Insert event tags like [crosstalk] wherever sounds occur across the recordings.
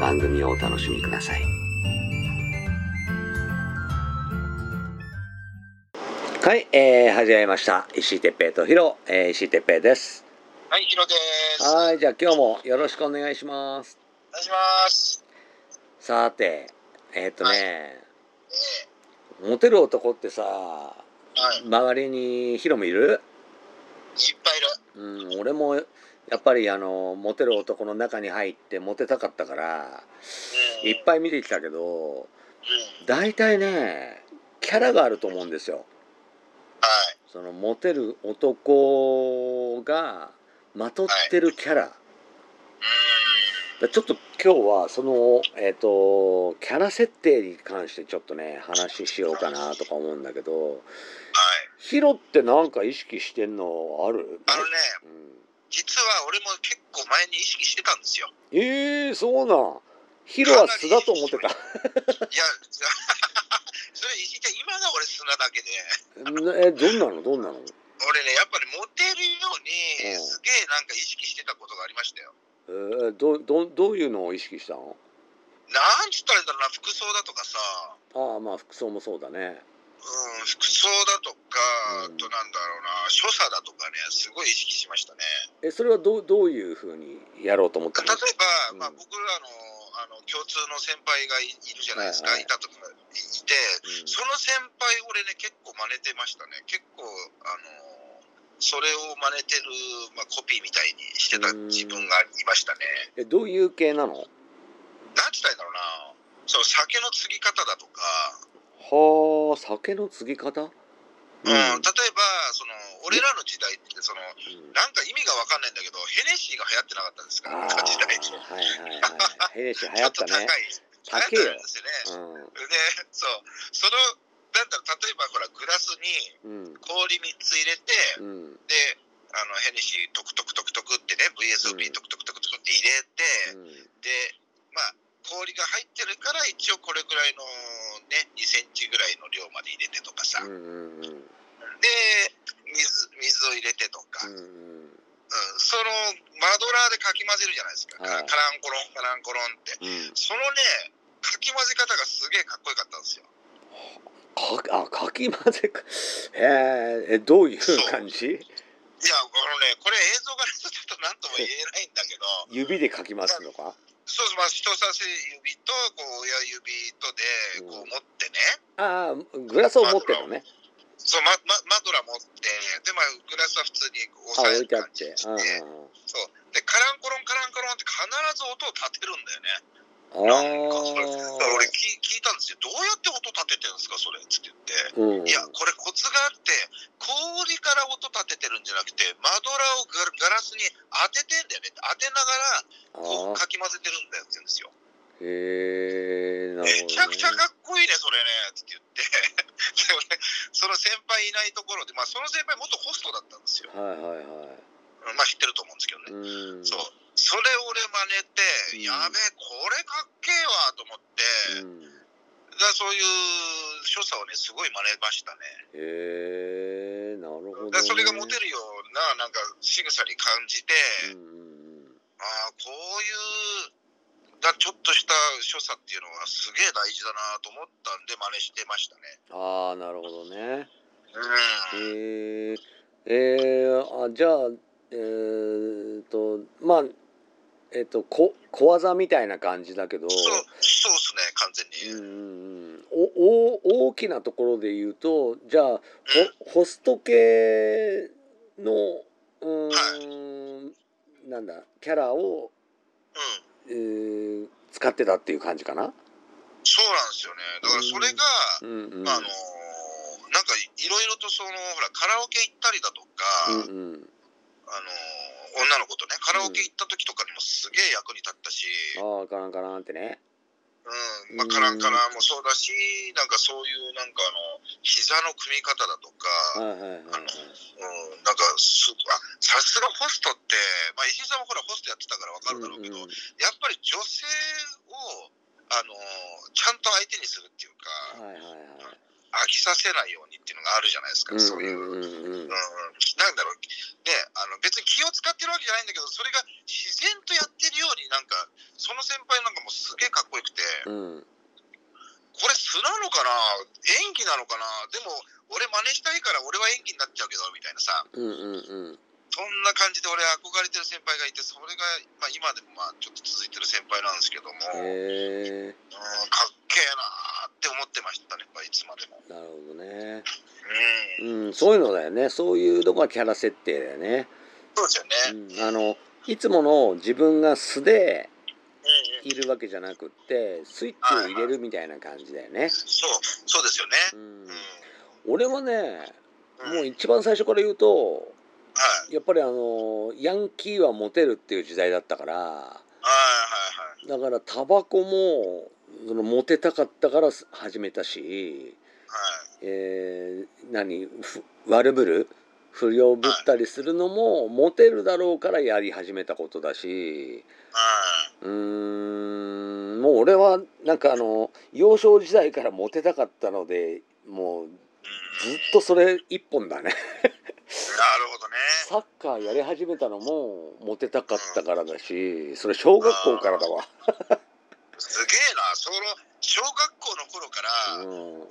番組をお楽しみください。はい、えー、始まりました。石井哲平とヒロ、えー、石井哲平です。はい、ヒロです。お願はい、じゃあ今日もよろしくお願いします。いします。さて、えーっ、とね、モテる男ってさ、はい、いっ周りにヒロもいるぱいいる。うん、俺もやっぱりあのモテる男の中に入ってモテたかったからうん、いっぱい見てきたけどうん、大体ねキャラがあると思うんですよはい、そのモテる男がまとってるキャラ、だちょっと今日はそのえっ、とキャラ設定に関してちょっとね話しようかなとか思うんだけどはい。ヒロってなんか意識してんのあるあのね、うん実は俺も結構前に意識してたんですよ。ええそうなん。ヒロは素だと思ってた。いや、 [laughs] それ実は今が俺砂だけで、え、どんなのどんなの俺ね、やっぱりモテるようにうんすげえなんか意識してたことがありましたよ。えー、ど、ど、どういうのを意識したのなんつったらいいんだろうな、服装だとかさ、ああ、まあ服装もそうだね。うん、服装だとうか、んあとなんだろうな、所作だとかね、すごい意識しましたね。え、それはどう、どういうふうにやろうと思った例のえば、まあ、うん僕らのあの共通の先輩がいいるじゃないですか、はいはいいたとかいて、その先輩、俺ね、結構真似てましたね、結構、あのそれを真似てる、まあ、コピーみたいにしてた自分がいましたね。うん、え、どういう系なのはなんて言ったらいいんだろうな、その酒の継ぎ方だとか、あ、酒の継ぎ方うん。うん例えばその、俺らの時代ってその、なんか意味が分かんないんだけど、ヘネシーが流行ってなかったんですか、ああ、はなんいかはいは [laughs] 時代に。い。ヘネシー流ち行ょっっとた高い、ね。流行ったんですよね。でそうそのなんだろう例えばほらグラスにうん。うん。氷3つ入れてうん。であのヘネシートクトクトクトクってね VSOP うんトクトクトクトクって入れて、でまあ氷が入ってるから一応これぐらいのね2センチぐらいの量まで入れてとかさ、うん。うん。うん。うん。で水水を入れてとか、うんうん。そのマドラーでかき混ぜるじゃないですか、はいカランコロンカランコロンってうんそのねかき混ぜ方がすげえかっこよかったんですよかあかき混ぜかえー、えどういう感じいや、このね、これ映像からちょっと何とも言えないんだけど、指でかきますのかそうそう、まあ、人差し指とこう親指とでこう持ってね、ああグラスを持ってるのねそうまま、マドラー持って、で、まあ、グラスは普通にこうあ押さえ置いるてあっ感てじにして、うんそう。で、カランコロンカランコロンって必ず音を立てるんだよね。うんうんあなんかそれ、だから俺聞聞いたんですよ。どうやって音立ててるんですか、それつって言って。ーうんいや、これコツがあって、氷から音立ててるんじゃなくて、マドラーをガガラスに当ててんだよね。当てながら、こあうかき混ぜてるんだよって言うんですよ。ーへえなるめほど、ね、ちゃくちゃかっこいいね、それねって言って、 [laughs] で俺その先輩いないところで、まあ、その先輩、元ホストだったんですよ。はいはいはいまあ、知ってると思うんですけどね。うんそうそれ俺真似て、うんやべえ、これかっけえわと思って、うんだからそういう所作をね、すごい真似ましたね。へえなるほど、ね、だからそれがモテるような、なんか仕草に感じて、うんうんうんああ、こういう。だちょっとした所作っていうのはすげえ大事だなと思ったんで真似してましたね。ああなるほどねうんえー、えー、あじゃあえー、とまあえっと小小技みたいな感じだけどそうそうですね、完全うに。んうんうんおお大きなところで言うとじゃあホホスト系のうーんなんだキャラを、うんえー使ってたっていう感じかなそうなんですよね。だからそれが、うんうんまあ、あのーなんかいろいろとその、ほら、カラオケ行ったりだとか、うんうんあのー女の子とね、カラオケ行った時とかにもすげえ役に立ったし、ああカランカランってねうん、まあ、カランカランもそうだし、なんかそういう、なんかあの、膝の組み方だとはいか、はいはいはいうん、なんかす、あ、さすがホストって、まあ、石井さんもほら、ホストやってたからわかるだろうけど、うやっぱり女性を、あのーちゃんと相手にするっていうんうか、んはいはいはい飽きさせないようにっていうのがあるじゃないですか、そういう。うんうんううんんうんなんだろう、ね、あの別に気を使ってるわけじゃないんだけど、それが自然とやってるように、なんか、その先輩なんかもすげえかっこよくて、うんこれ素なのかな、演技なのかな、でも、俺真似したいから俺は演技になっちゃうけど、みたいなさ、うんうんうんそんな感じで俺憧れてる先輩がいて、それが、まあ、今でもまあちょっと続いてる先輩なんですけども、うん、へえかっけえなーって思ってましたね、やっぱいつまでも。なるほどねうん、うんそういうのだよねそういうのがキャラ設定だよねそうですよね。うんあのいつもの自分が素でうんうんいるわけじゃなくってスイッチを入れるみたいな感じだよね、そう、そうですよね。うんうん、俺はねもうはい、一番最初から言うとやっぱりあのヤンキーはモテるっていう時代だったからはい、はい、はい。だからタバコもそのモテたかったから始めたし、はい、えー何ふ悪ぶる不良ぶったりするのもモテるだろうからやり始めたことだしはい。うーんもう俺はなんかあの幼少時代からモテたかったのでもうずっとそれ一本だねなるほどね。 [laughs] サッカーやり始めたのもモテたかったからだしそれ小学校からだわ、すげえな、その小学校の頃から、あのうん、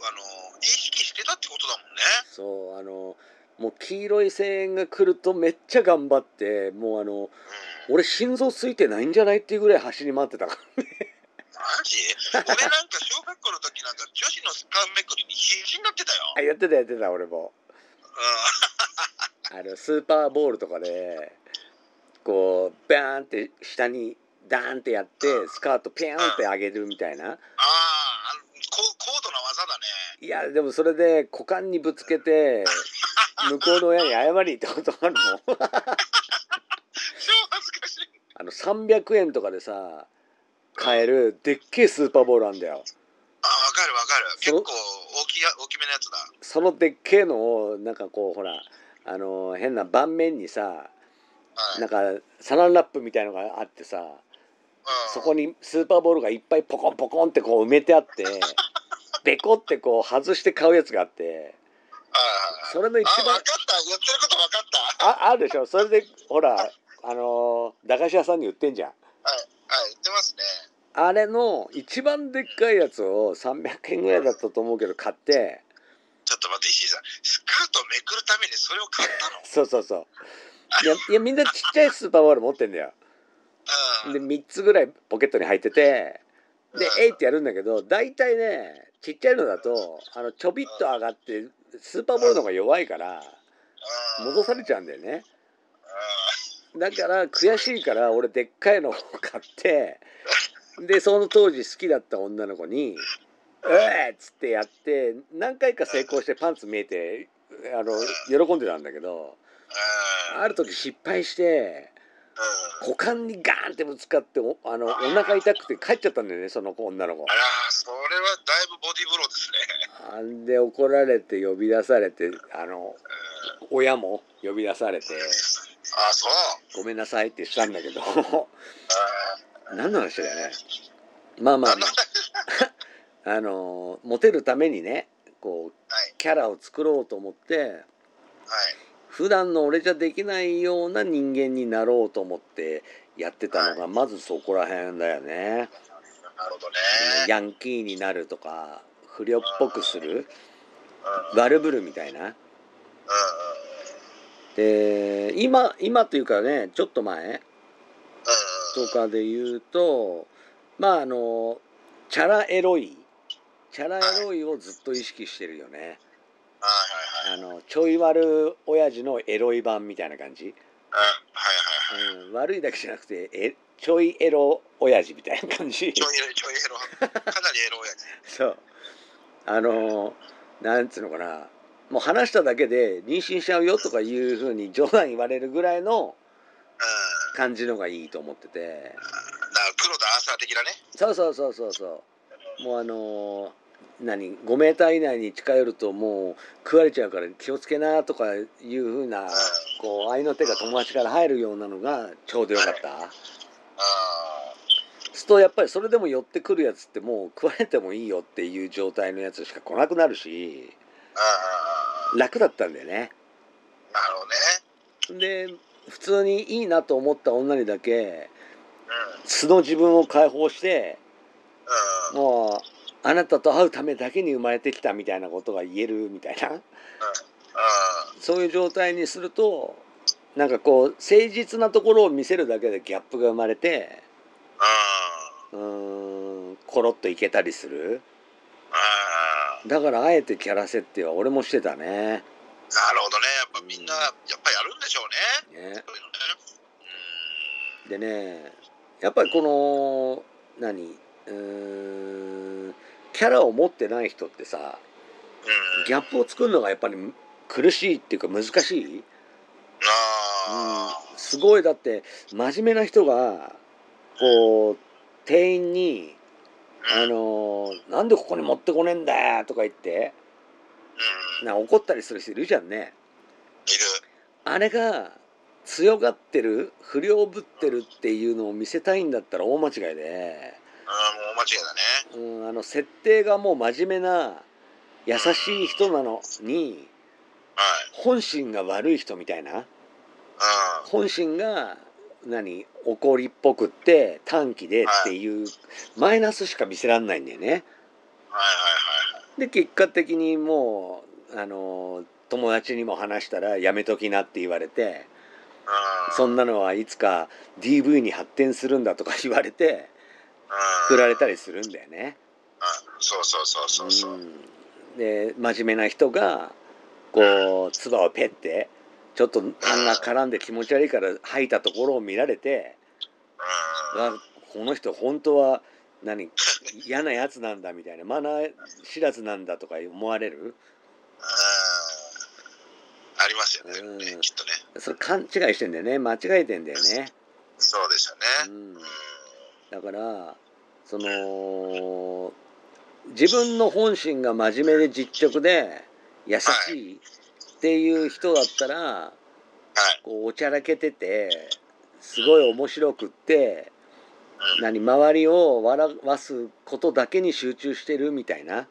意識してたってことだもんね。そうあのもう黄色い声援が来るとめっちゃ頑張ってもうあのうん、俺心臓ついてないんじゃないっていうぐらい走り回ってたから [laughs] マジ俺なんか小学校の時なんか女子のスカンめくりに必死になってたよ。あやってたやってた俺もう、あのスーパーボールとかでこうバーンって下にダーンってやってスカートピャーンって上げるみたいなんああ、あの高高度な技だね。いやでもそれで股間にぶつけて向こうの親に謝りに行ったことあるもん超恥ずかしい。あの300円とかでさ買えるでっけえスーパーボールあんだよああ、わかるわかる。結そう構大きいや大きめのやつだ。そのでっけえのをなんかこうほらあの変な盤面にさはい。なんかサランラップみたいのがあってさうんそこにスーパーボールがいっぱいポコンポコンってこう埋めてあってベコってこう外して買うやつがあってはいそれの一はいはい。あ、番わかった。言ってることわかった。ああるでしょそれでほらあのー駄菓子屋さんに売ってんじゃんはい、言ってますね。あれの一番でっかいやつを300円ぐらいだったと思うけど買ってちょっと待って、石井さん。スカートめくるためにそれを買ったの。そうそうそういやいやみんなちっちゃいスーパーボール持ってんだようん。で3つぐらいポケットに入っててでうん「えい!」ってやるんだけど大体ねちっちゃいのだとあのちょびっと上がってスーパーボールの方が弱いから戻されちゃうんだよねだから悔しいから俺でっかいのを買ってでその当時好きだった女の子に「うえ!」っつってやって何回か成功してパンツ見えてあの喜んでたんだけどうん。うん。うん。うん。ある時失敗して股間にガーンってぶつかっておあのお腹痛くて帰っちゃったんだよねその子女の子あ。らー、それはだいぶボディーブローですね。あんで怒られて呼び出されてあのう親も呼び出されてん。あ、そう。ごめんなさいってしたんだけどうん何の話だよねまあまあまああのモテるためにねこうはい。キャラを作ろうと思ってはい。普段の俺じゃできないような人間になろうと思ってやってたのがまずそこら辺だよね。なるほどね。 [laughs] ヤンキーになるとか不良っぽくするうん。うん。うん。悪ぶるみたいな。で今今というかねちょっと前うん。とかで言うとまああのチャラエロいチャラエロいをずっと意識してるよねはいはいはい。あのちょい悪親父のエロい版みたいな感じ、あはいはいはい。うん、悪いだけじゃなくてえちょいエロ親父みたいな感じちょいエロ、ちょいエロ。かなりエロやね。そうあのなんつうのかなもう話しただけで妊娠しちゃうよとかいうふうに冗談言われるぐらいのう感じのがいいと思っててん。だから黒田アーサー的なね。そうそうそうそうそうもうあの何5メーター以内に近寄るともう食われちゃうから気をつけなとかいうふうなこう愛の手が友達から入るようなのがちょうどよかったあするとやっぱりそれでも寄ってくるやつってもう食われてもいいよっていう状態のやつしか来なくなるしあ。ああ。楽だったんだよねなるほどね。で普通にいいなと思った女にだけうん。素の自分を解放してうん。うん。もうあなたと会うためだけに生まれてきたみたいなことが言えるみたいなそういう状態にするとなんかこう誠実なところを見せるだけでギャップが生まれてあうーんコロッといけたりするあ。だからあえてキャラ設定は俺もしてたねなるほどね。やっぱみんな、やっぱやるんでしょうね。ねそういうのね。うん。でねやっぱりこの何うーんキャラを持ってない人ってさうん。ギャップを作るのがやっぱり苦しいっていうか難しいああ。すごいだって真面目な人がこう店員に「あうん。のーなんでここに持ってこねえんだよ」とか言ってうん。な怒ったりする人いるじゃんね。いる。あれが強がってる不良ぶってるっていうのを見せたいんだったら大間違いで、ああ、もう間違いだね。うん、あの設定がもう真面目な優しい人なのにはい。本心が悪い人みたいなうん。本心が何怒りっぽくって短期でっていうマイナスしか見せらんないんだよね。はいはいはい。で結果的にもうあの友達にも話したらやめときなって言われてうん。そんなのはいつか DV に発展するんだとか [laughs] 言われてうん振られたりするんだよね。うんそうそうそうそうそう。うん。んで真面目な人がこう唾をペッてちょっと痰が絡んで気持ち悪いから吐いたところを見られて。うん。わこの人本当は何嫌なやつなんだみたいなマナー知らずなんだとか思われるありますよね、うんきっとね。それ勘違いしてんだよね間違えてんだよね、そうでしたうね。んうん。、だからその自分の本心が真面目で実直で優しいっていう人だったらはい。こうおちゃらけててすごい面白くってうん。うん。何周りを笑わすことだけに集中してるみたいなう。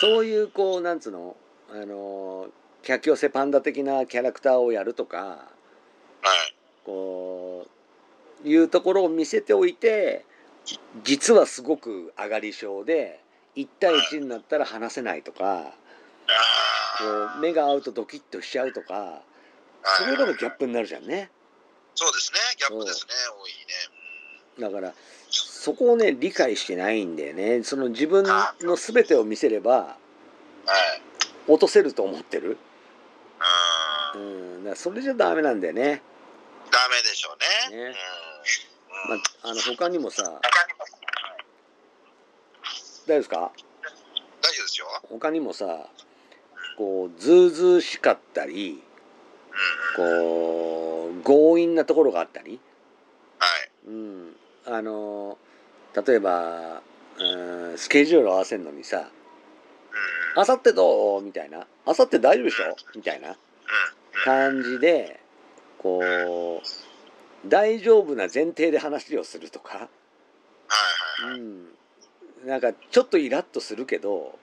そういうこうなんつうのあのー客寄せパンダ的なキャラクターをやるとかはい。こういうところを見せておいて実はすごく上がり症で1対1になったら話せないとかこあう目が合うとドキッとしちゃうとかあ。それらのギャプ。ップになるじゃんねそうですね、ギャップですね、多だいからそこをね理解してないんだよねその自分の全てを見せればね。はい。落とせると思ってる、ううん。ん、だからそれじゃダメなんだよねダメでしょうね。ねうん。まうんあ、あの他にもさ他にも大丈夫ですか大丈夫ですよ。他にもさこうずうずうしかったりうんうん。こう強引なところがあったり、はい。うん、あの例えば、うん、スケジュールを合わせるのにさうん「あさってどう?」みたいな「あさって大丈夫でしょ?」みたいなうん。うん。感じでこう大丈夫な前提で話をするとか、はいはいはうい。ん、なんかちょっとイラッとするけど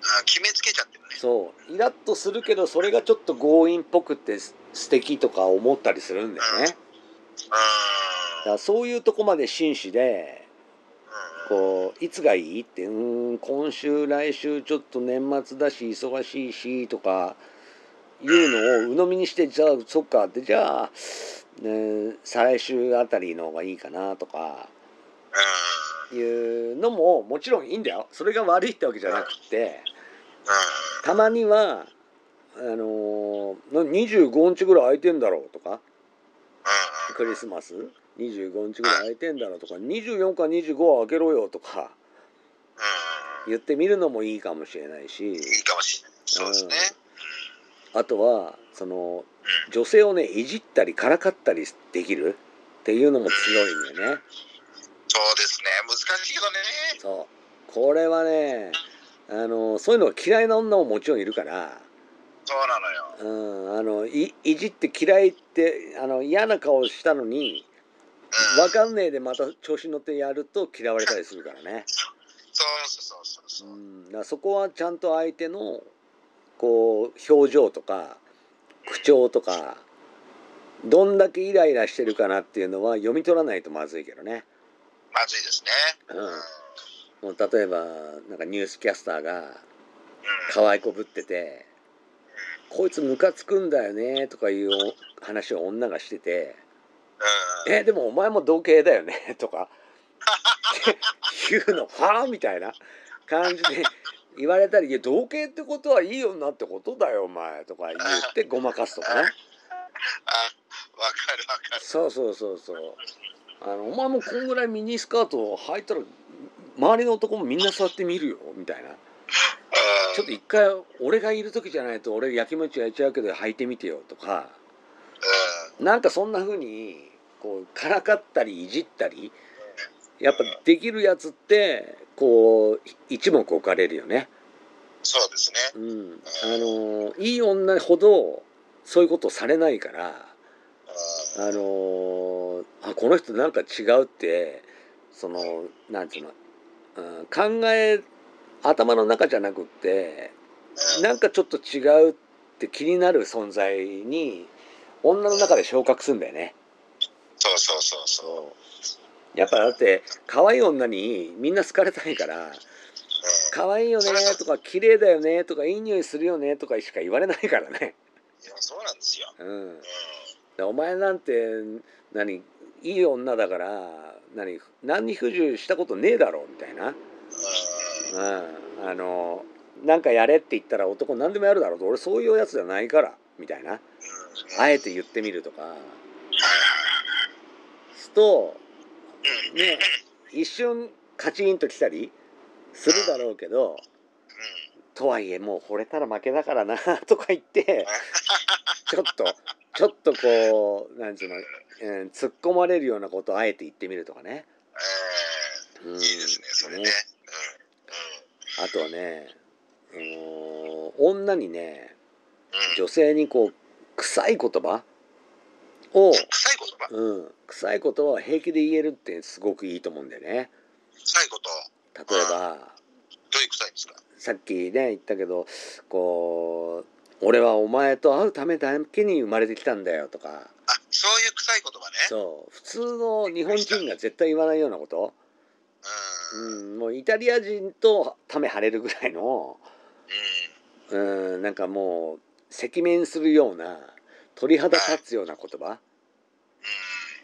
あ決めつけちゃってるね。そうイラッとするけどそれがちょっと強引っぽくてす素敵とか思ったりするんだよねだかうらそういうとこまで紳士でん。うん。こういつがいいってうーん今週来週ちょっと年末だし忙しいしとかいうのを鵜呑みにしてじゃあそっかってじゃあね再来週あたりの方がいいかなとかいうのももちろんいいんだよそれが悪いってわけじゃなくてたまにはあのーな25日ぐらい空いてんだろうとかクリスマス25日ぐらい空いてんだろうとか24か25は開けろよとか言ってみるのもいいかもしれないしいいかもしれない。そうですね。あとはそのう女性をねいじったりからかったりできるっていうのも強いんだよね。そうですね。難しいけどね。そうこれはねあのそういうのが嫌いな女ももちろんいるから、そうなのよ。うん、あのいいじって嫌いってあの嫌な顔したのにうん分かんねえでまた調子に乗ってやると嫌われたりするからね、そうそうそうそうう。うん。ん、だからそこはちゃんと相手のこう表情とか口調とかどんだけイライラしてるかなっていうのは読み取らないとまずいけどね。まずいですね。ううん。うんん。もう例えばなんかニュースキャスターが可愛いこぶってて「こいつムカつくんだよね」とかいうお話を女がしてて「うん。えでもお前も同型だよね」 [laughs] とか言うの「はあ?」みたいな感じで言われたり「いや同型ってことはいい女ってことだよお前」とか言ってごまかすとかねあ、わかるわかる。そうそうそうそうあのお前もこんぐらいミニスカートを履いたら周りの男もみんな座って見るよみたいな。うん。ちょっと一回俺がいる時じゃないと俺焼きもち焼いちゃうけど履いてみてよとかうなんかそんな風にこうからかったりいじったりやっぱできるやつってこう一目置かれるよね。ん。そうですね。うん、あのいい女ほどそういうことされないからうん。あのあこの人なんか違うってそのなんていうの、うん、考え頭の中じゃなくってうん。なんかちょっと違うって気になる存在に女の中で昇格するんだよね。そうそうそうそう。やっぱだって可愛い女にみんな好かれたいから「う可愛いよね」とか「綺麗だよね」とか「いい匂いするよね」とかしか言われないからね。ん。いや、そうなんですよ。うんうん。、でお前なんて何いい女だから何何に不自由したことねえだろうみたいな。ううん。ん、あのなんかやれって言ったら男何でもやるだろうと俺そういうやつじゃないからみたいな。あえて言ってみるとかすとうん。ね一瞬カチンときたりするだろうけどとはいえもう惚れたら負けだからなとか言 [laughs] ってちょっとちょっとこうなんつうの、うん突っ込まれるようなことをあえて言ってみるとかね。うんうん。いいですね、それね。うん。うん。あとはね、あのー女にねうん。女性にこう臭い言葉を、臭い言葉うん、臭い言葉を平気で言えるってすごくいいと思うんだよね。臭いこと。例えばどういう臭いんですかさっきね言ったけどこう俺はお前と会うためだけに生まれてきたんだよとかあ、そういう臭い言葉ね。そう普通の日本人が絶対言わないようなこと、うん。うん。うん、もうイタリア人とため張れるぐらいの、ううん、なんかもう赤面するような鳥肌立つような言葉ん。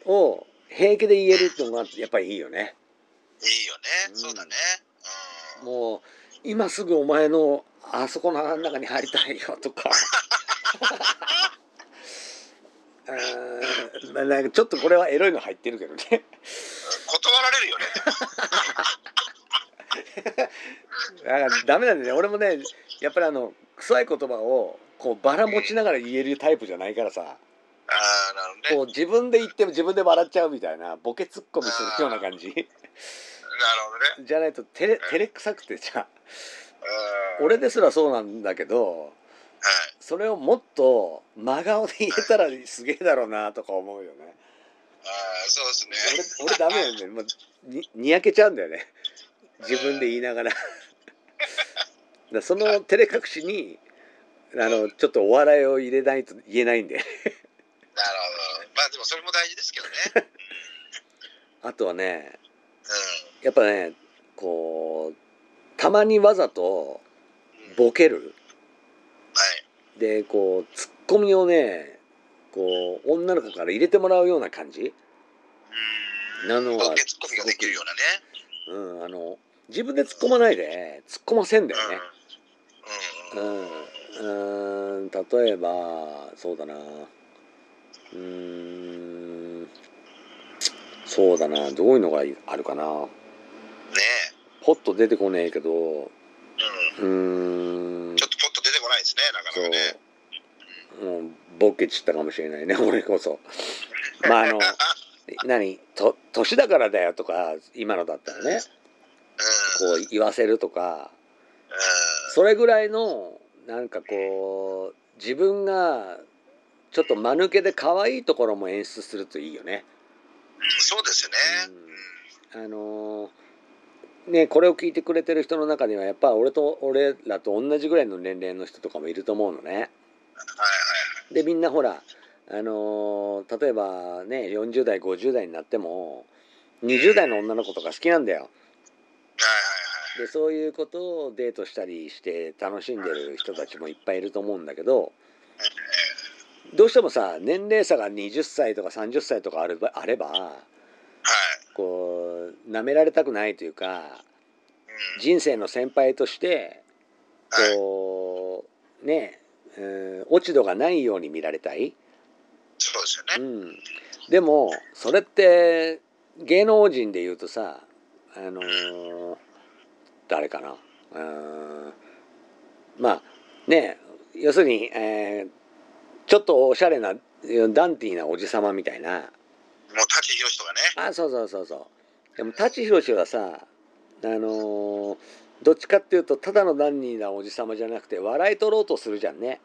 を平気で言えるってのがやっぱりいいよね。いいよね、うんそうだね。うん、もう今すぐお前のあそこの穴の中に入りたいよとか [laughs] うーんまあなんかちょっとこれはエロいの入ってるけどね、断られるよね。だからダメなんだよね俺もねやっぱりあの臭い言葉をこうバラ持ちながら言えるタイプじゃないからさああ、なるこほどね。う自分で言っても自分で笑っちゃうみたいなボケツッコミするような感じなるほどね。じゃないと照れ照れくさくてさうん、俺ですらそうなんだけどはい。それをもっと真顔で言えたらすげえだろうなとか思うよねああ、そうですね。俺俺ダメよねもうににやけちゃうんだよね自分で言いながらだからその照れ隠しにあのちょっとお笑いを入れないと言えないんでなるほど。まあ、でも、それも大事ですけどね。うん。あとはねうやっぱねこうたまにわざとん、ボケるはい。でこうツッコミをねこう女の子から入れてもらうような感じ、うん。なのはボケツッコミができるようなね。うん、あの自分で突っ込まないで突っ込ませんだよね。うん。うん。うん、うーん例えばそうだなうーんそうだなどういうのがあるかなねポッと出てこねえけどえ。うーうんん。ちょっとポッと出てこないですね、なかそなかね。うもうボケちったかもしれないね [laughs] 俺こそまああの何と年だからだよとか今のだったらねうん。こう言わせるとかうん。それぐらいのなんかこう自分がちょっと間抜けで可愛いところも演出するといいよね。うんそうですね。ううんん。あのーねこれを聞いてくれてる人の中にはやっぱ俺と俺らと同じぐらいの年齢の人とかもいると思うのね。でみんなほらあのー例えばね40代50代になっても20代の女の子とか好きなんだよ。はでそういうことをデートしたりして楽しんでる人たちもいっぱいいると思うんだけどどうしてもさ年齢差が20歳とか30歳とかあればあればこうなめられたくないというかいはいはい。はい。うん。人生の先輩としてはい。こうねうん落ち度がないように見られたい、そうですようね。ん、でもそれって芸能人で言うとさあのー誰かなうーんまあね要するに、えーちょっとおしゃれなダンティーなおじさまみたいなもう舘ひろしとかね。あそうそうそうそうでも舘ひろしはさあのーどっちかっていうとただのダンディーなおじさまじゃなくて笑い取ろうとするじゃんね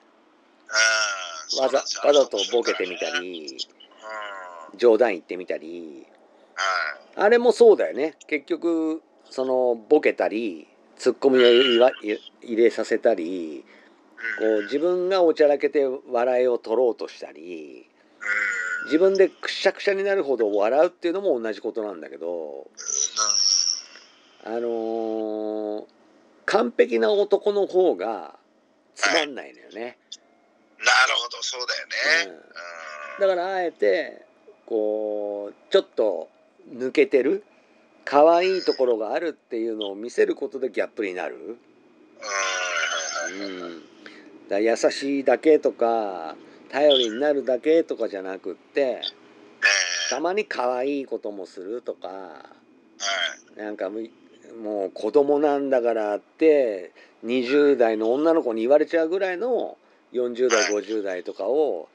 うん。わざそうわなんですよざとボケてみた。うん。り冗談言ってみたりはい。あれもそうだよね結局そのボケたりツッコミを入わ入入れさせたりこうん。う自分がおちゃらけて笑いを取ろうとしたりうん自分でくしゃくしゃになるほど笑うっていうのも同じことなんだけどあのー完璧な男の方がつまんないのよね、なるほど、そうだよね。うん。だからあえてこうちょっと抜けてる可愛いところがあるっていうのを見せることでギャップになる、うんうん、だから優しいだけとか頼りになるだけとかじゃなくってねえたまに可愛いこともするとかはい。なんかもうもう子供なんだからって20代の女の子に言われちゃうぐらいの40代50代とかを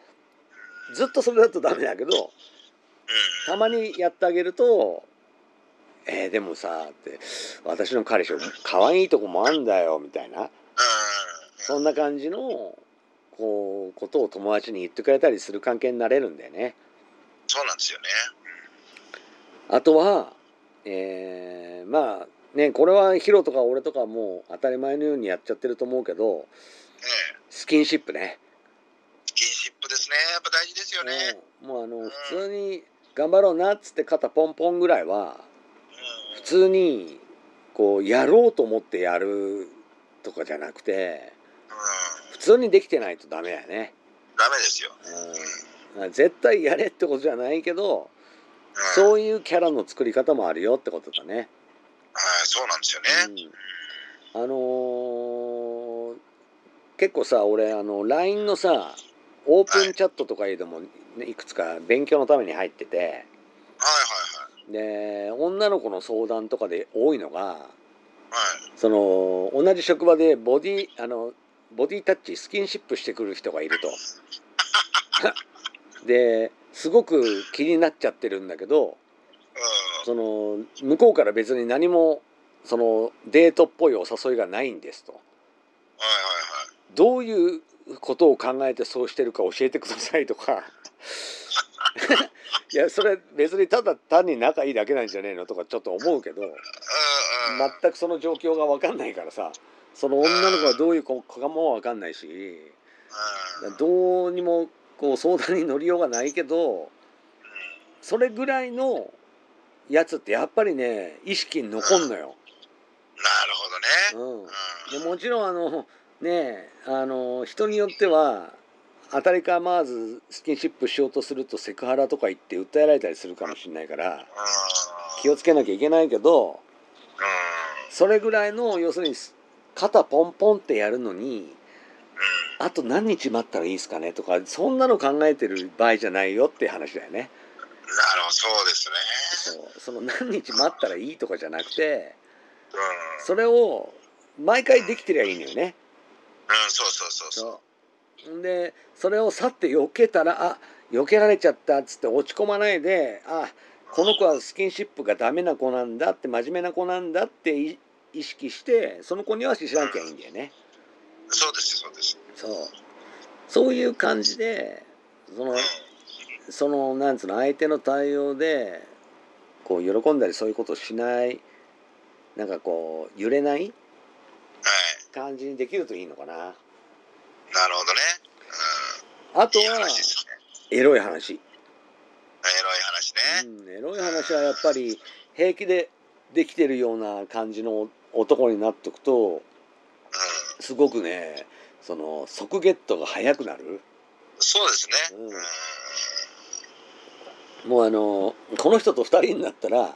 ずっとそれだとダメだけどうん。たまにやってあげると「えーでもさ」って「私の彼氏可愛いとこもあんだよ」みたいなうん。そんな感じのこうことを友達に言ってくれたりする関係になれるんだよね。そうなんですよね。あとは、えーまあねこれはヒロとか俺とかもう当たり前のようにやっちゃってると思うけどねえスキンシップねスキンシップですね。やっぱ大事ですよね。うんもうあのん普通に頑張ろうなっつって肩ポンポンぐらいはうん普通にこうやろうと思ってやるとかじゃなくてうん。普通にできてないとダメだよね、ダメですよ。うんまあ、絶対やれってことじゃないけどうんそういうキャラの作り方もあるよってことだね。はい、そうなんですよね。うん、あのー結構さ俺あの LINE のさオープンチャットとかいうのも、ね、いくつか勉強のために入っててはいで女の子の相談とかで多いのがはいはい。はい。その同じ職場でボディあのボディタッチスキンシップしてくる人がいる [laughs] と。ですごく気になっちゃってるんだけどうん。その向こうから別に何もそのデートっぽいお誘いがないんですとはいはいはい。どういうことを考えてそうしてるか教えてくださいとか [laughs] いやそれ別にただ単に仲いいだけなんじゃねえのとかちょっと思うけどうんうん。全くその状況が分かんないからさその女の子がどういう子かも分かんないしうんどうにもこう相談に乗りようがないけどそれぐらいのやつってやっぱりね意識に残んのよ。なるほどね。うんうん。でもちろんあのねえあの人によっては当たりかまずスキンシップしようとするとセクハラとか言って訴えられたりするかもしれないから気をつけなきゃいけないけどそれぐらいの要するに肩ポンポンってやるのにあと何日待ったらいいですかねとかそんなの考えてる場合じゃないよって話だよね。なるほど、そうですね。そうその何日待ったらいいとかじゃなくてそれを毎回できてりゃいいのよね。うん、うん、そうそうそうそう。そうでそれを去って避けたらあ避けられちゃったっつって落ち込まないであこの子はスキンシップがダメな子なんだって真面目な子なんだってい意識してその子にはしなきゃいいんだよね。そうです、そうです。そうそういう感じでそのそのなんつうの相手の対応でこう喜んだりそういうことをしないなんかこう揺れないはい。感じにできるといいのかな。なるほどね。あうとん。いいは話ですね。エロい話、エロい話ね。うん、エロい話はやっぱり平気でできてるような感じの男になっとくとうん。すごくねその即ゲットが早くなるそうですね。うんうん。もうあのこの人と2人になったら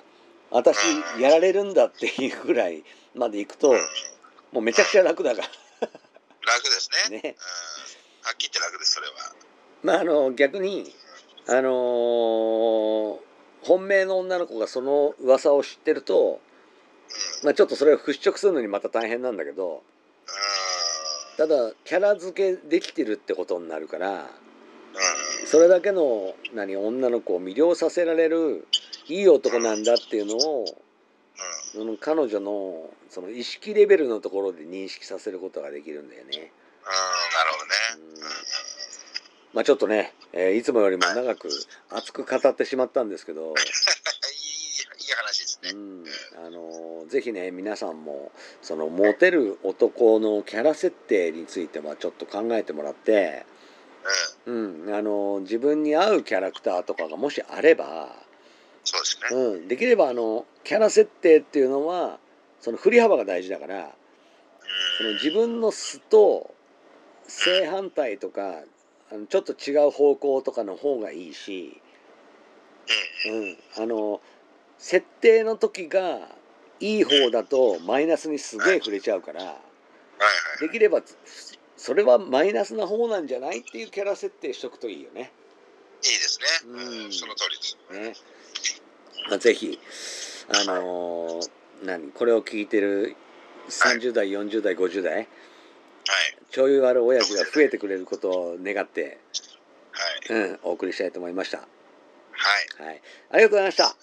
私やられるんだっていうぐらいまで行くとうんもうめちゃくちゃ楽だか楽ですらね。ねうん。はっきり言って楽です、それは。まああの逆にあのー本命の女の子がその噂を知ってると、うまあ、ちょっとそれを払拭するのにまた大変なんだけどただキャラ付けできてるってことになるからん。うん。それだけの何女の子を魅了させられるいい男なんだっていうのをうん。その彼女のその意識レベルのところで認識させることができるんだよね。うん、なるほどね。う [laughs] んまあちょっとね、えーいつもよりも長く熱く語ってしまったんですけど、いい、いい話ですね。ううん。ん、あのーぜひね皆さんもそのモテる男のキャラ設定についてはちょっと考えてもらって、うん、あのー自分に合うキャラクターとかがもしあれば、そうですね。うん、できればあのキャラ設定っていうのはその振り幅が大事だから。そのうん。自分の素と正反対とかあのちょっと違う方向とかの方がいいし、うん、あの設定の時がいい方だとマイナスにすげえ触れちゃうからはいはい。できればつそれはマイナスな方なんじゃないっていうキャラ設定しとくといいよね。いいですね。うんうん。その通りです。ねまあ、ぜひあのー何これを聞いてる30代40代50代はい。ちょい悪親父が増えてくれることを願って。はい。うん、お送りしたいと思いました。はい。はい、ありがとうございました。